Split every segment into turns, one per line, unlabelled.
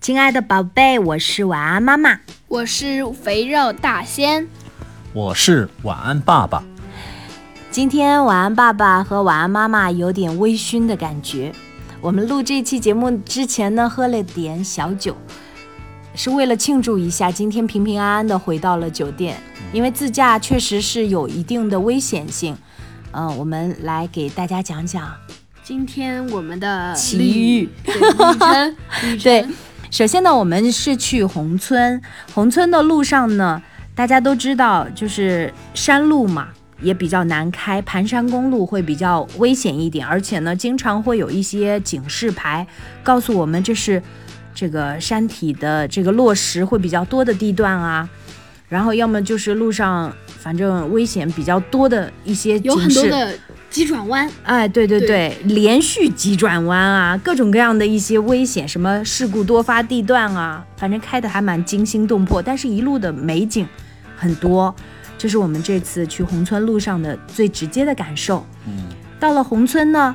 亲爱的宝贝，我是晚安妈妈。
我是肥肉大仙，
我是晚安爸爸。
今天晚安爸爸和晚安妈妈有点微醺的感觉。我们录这期节目之前呢，喝了点小酒，是为了庆祝一下今天平平安安的回到了酒店。因为自驾确实是有一定的危险性，嗯、我们来给大家讲讲呃
今天我们的
奇
旅
遇。
对旅程 旅
对
程，
首先呢，我们是去宏村，宏村的路上呢，大家都知道，就是山路嘛，也比较难开，盘山公路会比较危险一点，而且呢，经常会有一些警示牌告诉我们这是这个山体的这个落石会比较多的地段啊。然后，要么就是路上反正危险比较多的一些
有
警
很
示，
多的急转弯，
哎，对对对，
对
连续急转弯啊，各种各样的一些危险，什么事故多发地段啊，反正开的还蛮惊心动魄，但是一路的美景很多，这是我们这次去宏村路上的最直接的感受。
嗯，
到了宏村呢，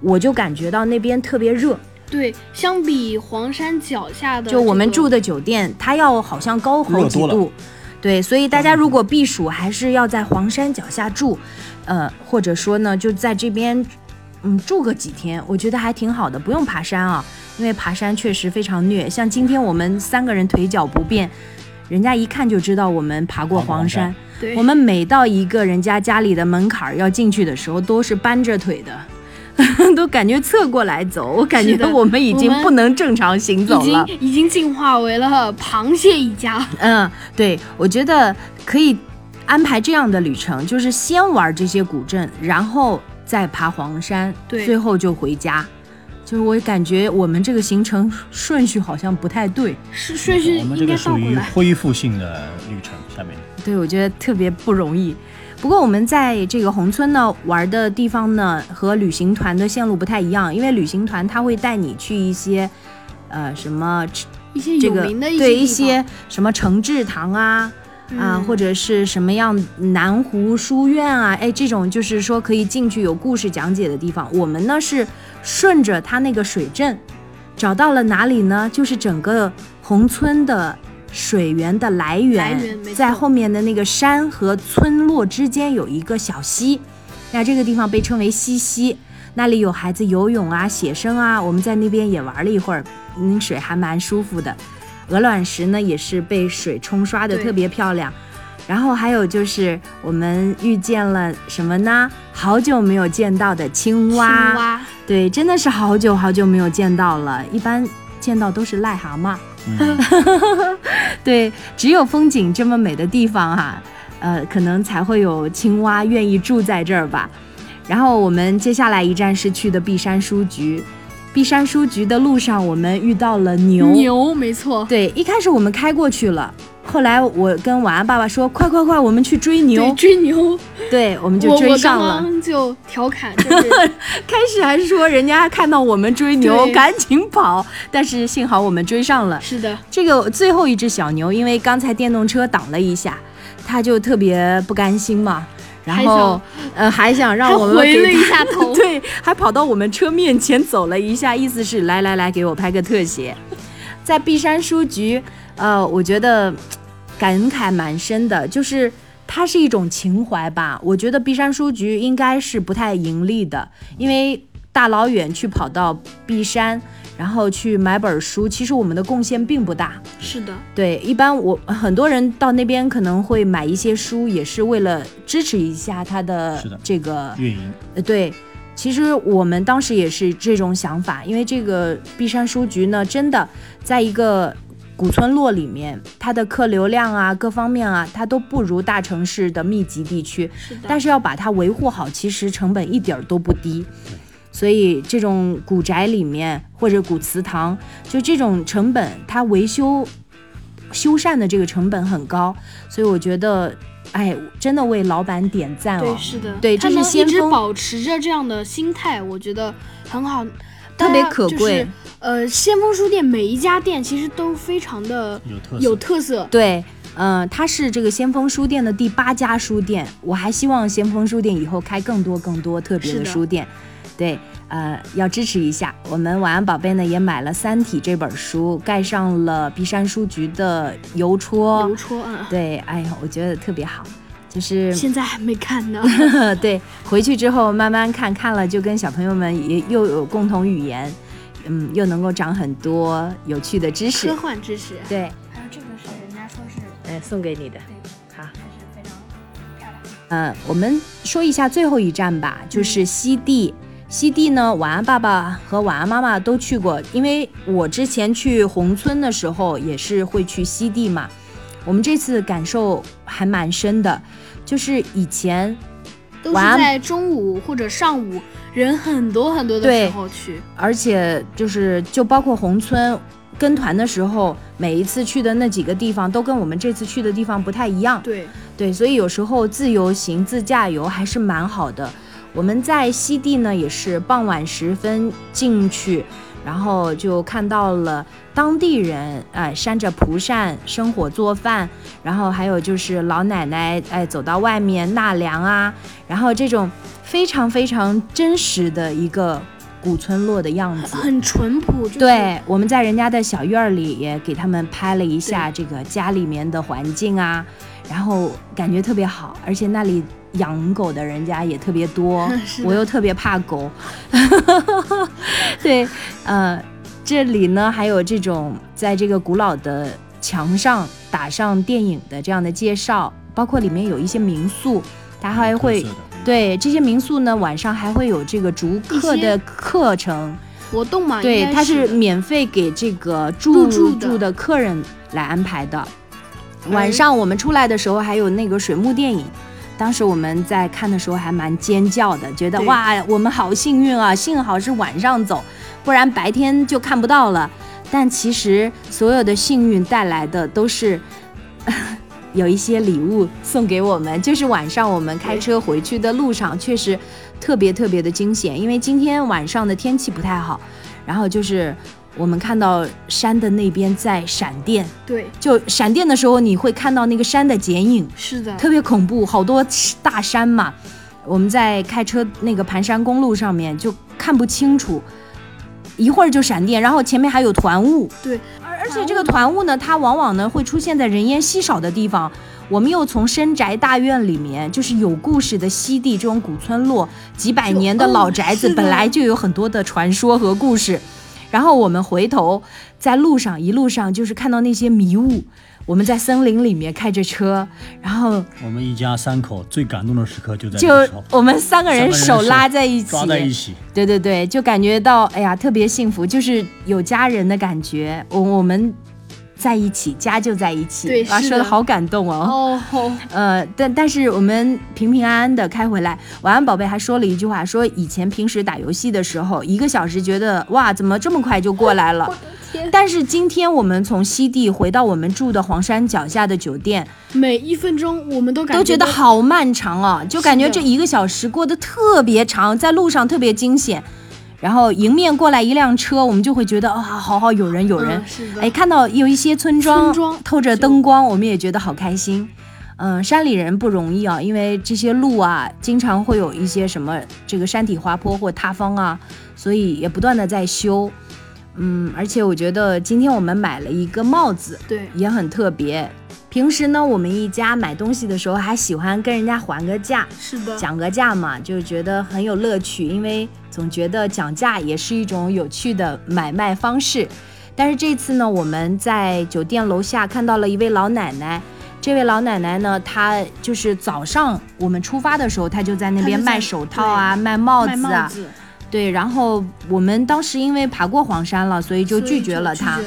我就感觉到那边特别热，
对，相比黄山脚下的，
就我们住，的酒店，它要好像高好
热
几
多了
度。对，所以大
嗯
家如果避暑，还是要在黄山脚下住，呃，或者说呢，就在这边，嗯，住个几天，我觉得还挺好的，不用爬山啊，因为爬山确实非常虐。像今天我们三个人腿脚不便，人家一看就知道我们爬过
爬过
黄
黄
山
山。
对，
我们每到一个人家家里的门槛儿要进去的时候，都是搬着腿的， 都感觉侧过来走。我感觉
是的
我们已经
我们
不能正常行走
已
了。
经已经进化为了螃蟹一家，
嗯，对，我觉得可以安排这样的旅程，就是先玩这些古镇，然后再爬黄山，
对
最后就回家。就是我感觉我们这个行程顺序好像不太对，
是顺序
我们
应
这
该
个
倒
属
过
于
来，
恢复性的旅程，下面
对我觉得特别不容易。不过我们在这个宏村呢玩的地方呢，和旅行团的线路不太一样，因为旅行团他会带你去一些，呃，什么
一些
这
有
个
名的一些
对
地
一些什么承志堂啊，
方
啊，
嗯
或者是什么样南湖书院啊，哎，这种就是说可以进去有故事讲解的地方。我们呢是顺着它那个水镇，找到了哪里呢？就是整个宏村的水源的来源，
来源没错
在后面的那个山和村落之间有一个小溪，那这个地方被称为西溪。那里有孩子游泳啊、写生啊，我们在那边也玩了一会儿，嗯，水还蛮舒服的。鹅卵石呢也是被水冲刷的
对
特别漂亮。然后还有就是我们遇见了什么呢？好久没有见到的青
青
蛙，
蛙，
对，真的是好久好久没有见到了。一般见到都是癞蛤蟆，
嗯，
对，只有风景这么美的地方哈、呃，可能才会有青蛙愿意住在这儿吧。然后我们接下来一站是去的碧山书局，碧山书局的路上我们遇到了
牛没错，
对，一开始我们开过去了，后来我跟晚安爸爸说：“快快快，我们去追牛
对，！”追牛，
对，我们就
我
追
我
上
刚
了。
刚就调侃， 就是
开始还说人家看到我们追牛，
对
赶紧跑，但是幸好我们追上了。
是的，
这个最后一只小牛，因为刚才电动车挡了一下，它就特别不甘心嘛，然
还
后呃还想让
还
我们
回
给
了
它
一下 头
对，还跑到我们车面前走了一下，意思是来来来，给我拍个特写。在碧山书局，呃，我觉得嘖感慨蛮深的，就是它是一种情怀吧。我觉得碧山书局应该是不太盈利的，因为大老远去跑到碧山，然后去买本书，其实我们的贡献并不大。
是的，
对，一般我很多人到那边可能会买一些书，也是为了支持一下他的
是的
这个
运营
呃，对，其实我们当时也是这种想法，因为这个碧山书局呢，真的在一个古村落里面，它的客流量啊，各方面啊，它都不如大城市的密集地区。
是的，
但
是
是要把它维护好，其实成本一点儿都不低。所以这种古宅里面或者古祠堂，就这种成本，它维修、修缮的这个成本很高。所以我觉得，哎，真的为老板点赞哦
对，。是的，
对
他
这是
能
先
一直
锋
保持着这样的心态，我觉得很好，
嗯特
大
别
家
可
就
贵
是呃，先锋书店每一家店其实都非常的
有特色，
有特色，
对，嗯，它是这个先锋书店的第八家书店。我还希望先锋书店以后开更多更多特别
是
的
的
书店。对，呃，要支持一下。我们晚安宝贝呢也买了《三体》这本书，盖上了碧山书局的邮戳
邮。戳啊，
对，哎呦，我觉得特别好，就是
现在还没看呢。
对，回去之后慢慢看，看了就跟小朋友们也又有共同语言，嗯，又能够长很多有趣的知识
科。幻知识，
对，
还有这个是人家说是
呃，送给你的。
还
好
是非常漂亮。
呃，我们说一下最后一站吧，就是西地。西地呢，晚安爸爸和晚安妈妈都去过，因为我之前去宏村的时候也是会去西地嘛。我们这次感受还蛮深的，就是以前
都是
晚安
在中午或者上午人很多很多的
对
时候去。
而且就是就包括宏村跟团的时候，每一次去的那几个地方都跟我们这次去的地方不太一样。
对，
对，所以有时候自由行、自驾游还是蛮好的。我们在西地呢，也是傍晚时分进去，然后就看到了当地人，哎，扇着蒲扇生火做饭，然后还有就是老奶奶，哎，走到外面纳凉啊，然后这种非常非常真实的一个古村落的样子。
很淳朴，就是
对，我们在人家的小院儿里也给他们拍了一下这个家里面的环境啊，然后感觉特别好，而且那里养狗的人家也特别多
嗯是，的
我又特别怕狗， 对，呃，这里呢还有这种在这个古老的墙上打上电影的这样的介绍，包括里面有一些民宿，它还会
哦特色。的
对这些民宿呢，晚上还会有这个逐客
一些
的课程，
活动嘛，
对
应，该
它
是
是嗯
的
免费给这个住
入住的哎
的客人来安排的。
而
晚上我们出来的时候还有那个水幕电影，当时我们在看的时候还蛮尖叫的，觉得
对
哇，我们好幸运啊，幸好是晚上走，不然白天就看不到了。但其实所有的幸运带来的都是。 有一些礼物送给我们，就是晚上我们开车回去的路上，确实特别特别的惊险，因为今天晚上的天气不太好，然后就是我们看到山的那边在闪电，
对，
就闪电的时候你会看到那个山的剪影，
是的，
特别恐怖，好多大山嘛。我们在开车那个盘山公路上面就看不清楚，一会儿就闪电，然后前面还有团雾，
对，
而而且这个团雾呢，它往往呢会出现在人烟稀少的地方。我们又从深宅大院里面，就是有故事的西地这种古村落，几百
就
年的
哦
老宅子，
是的
本来就有很多的传说和故 事。然后我们回头在路上，一路上就是看到那些迷雾。我们在森林里面开着车，然后
我们一家三口最感动的时刻就在
就
那个时候，
我们三个人
三个
手
人手
拉在一起，
抓在一起，
对对对，就感觉到哎呀特别幸福，就是有家人的感觉。我我们在一起，家就在一起，
对
哇，
是
说的
的
好感动哦。
哦，
呃，但但是我们平平安安的开回来。晚安宝贝还说了一句话，说以前平时打游戏的时候，一个小时觉得哇怎么这么快就过来了，
天，
但是今天我们从西地回到我们住的黄山脚下的酒店，
每一分钟我们都感
都觉得
到
好漫长啊，就感觉
是的
这一个小时过得特别长，在路上特别惊险。然后迎面过来一辆车，我们就会觉得啊、好好有人有人
嗯、。是的，
哎、看到有一些村庄
村庄
透着
就
灯光，我们也觉得好开心。嗯，山里人不容易啊，因为这些路啊，经常会有一些什么这个山体滑坡或塌方啊，所以也不断的在修。嗯，而且我觉得今天我们买了一个帽子，
对，
也很特别。平时呢，我们一家买东西的时候还喜欢跟人家还个价，
是的，
讲个价嘛，就是觉得很有乐趣，因为总觉得讲价也是一种有趣的买卖方式。但是这次呢，我们在酒店楼下看到了一位老奶奶。这位老奶奶呢，她就是早上我们出发的时候，她就在那边
她就在
卖手套啊，卖帽子
卖
啊，
帽子，
对。然后我们当时因为爬过黄山了，所以就
所以
拒绝了她。
拒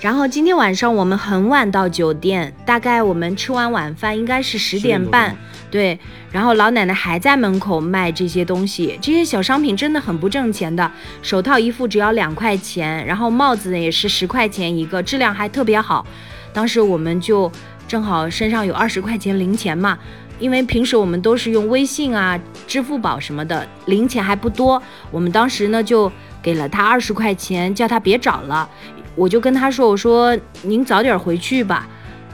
然后今天晚上我们很晚到酒店，大概我们吃完晚饭应该是十点半，对。然后老奶奶还在门口卖这些东西，这些小商品真的很不挣钱的，手套一副只要两块钱，然后帽子呢也是十块钱一个，质量还特别好。当时我们就正好身上有二十块钱零钱嘛，因为平时我们都是用微信啊、支付宝什么的，零钱还不多。我们当时呢就给了他二十块钱，叫他别找了。我就跟他说：“我说您早点回去吧，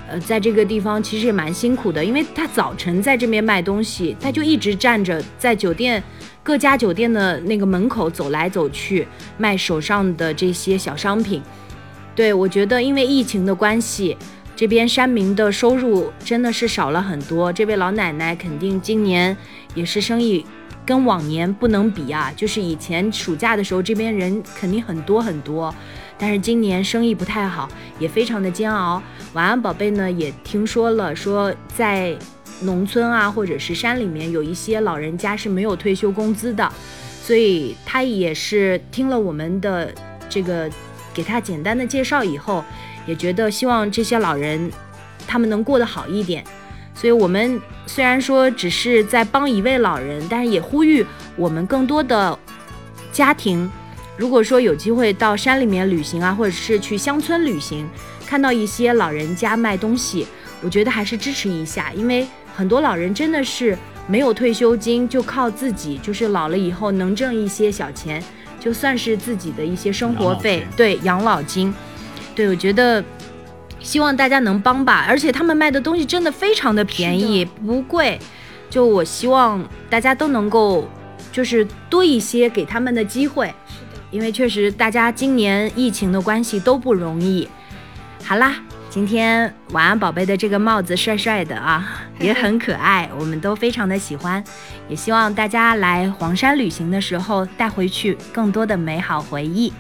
呃，在这个地方其实也蛮辛苦的，因为他早晨在这边卖东西，他就一直站着在酒店各家酒店的那个门口走来走去，卖手上的这些小商品。对我觉得，因为疫情的关系，这边山民的收入真的是少了很多。这位老奶奶肯定今年也是生意跟往年不能比啊，就是以前暑假的时候，这边人肯定很多很多，但是今年生意不太好，也非常的煎熬。晚安宝贝呢也听说了，说在农村啊或者是山里面有一些老人家是没有退休工资的，所以他也是听了我们的这个给他简单的介绍以后，也觉得希望这些老人他们能过得好一点。所以，我们虽然说只是在帮一位老人，但是也呼吁我们更多的家庭，如果说有机会到山里面旅行啊，或者是去乡村旅行，看到一些老人家卖东西，我觉得还是支持一下，因为很多老人真的是没有退休金，就靠自己，就是老了以后能挣一些小钱，就算是自己的一些生活
养
费
老金，
对养老金，对我觉得。希望大家能帮吧，而且他们卖的东西真的非常的便宜，不贵。就我希望大家都能够，就是多一些给他们的机会，
是的，
因为确实大家今年疫情的关系都不容易。好啦，今天晚安宝贝的这个帽子帅帅的啊，也很可爱，我们都非常的喜欢，也希望大家来黄山旅行的时候带回去更多的美好回忆。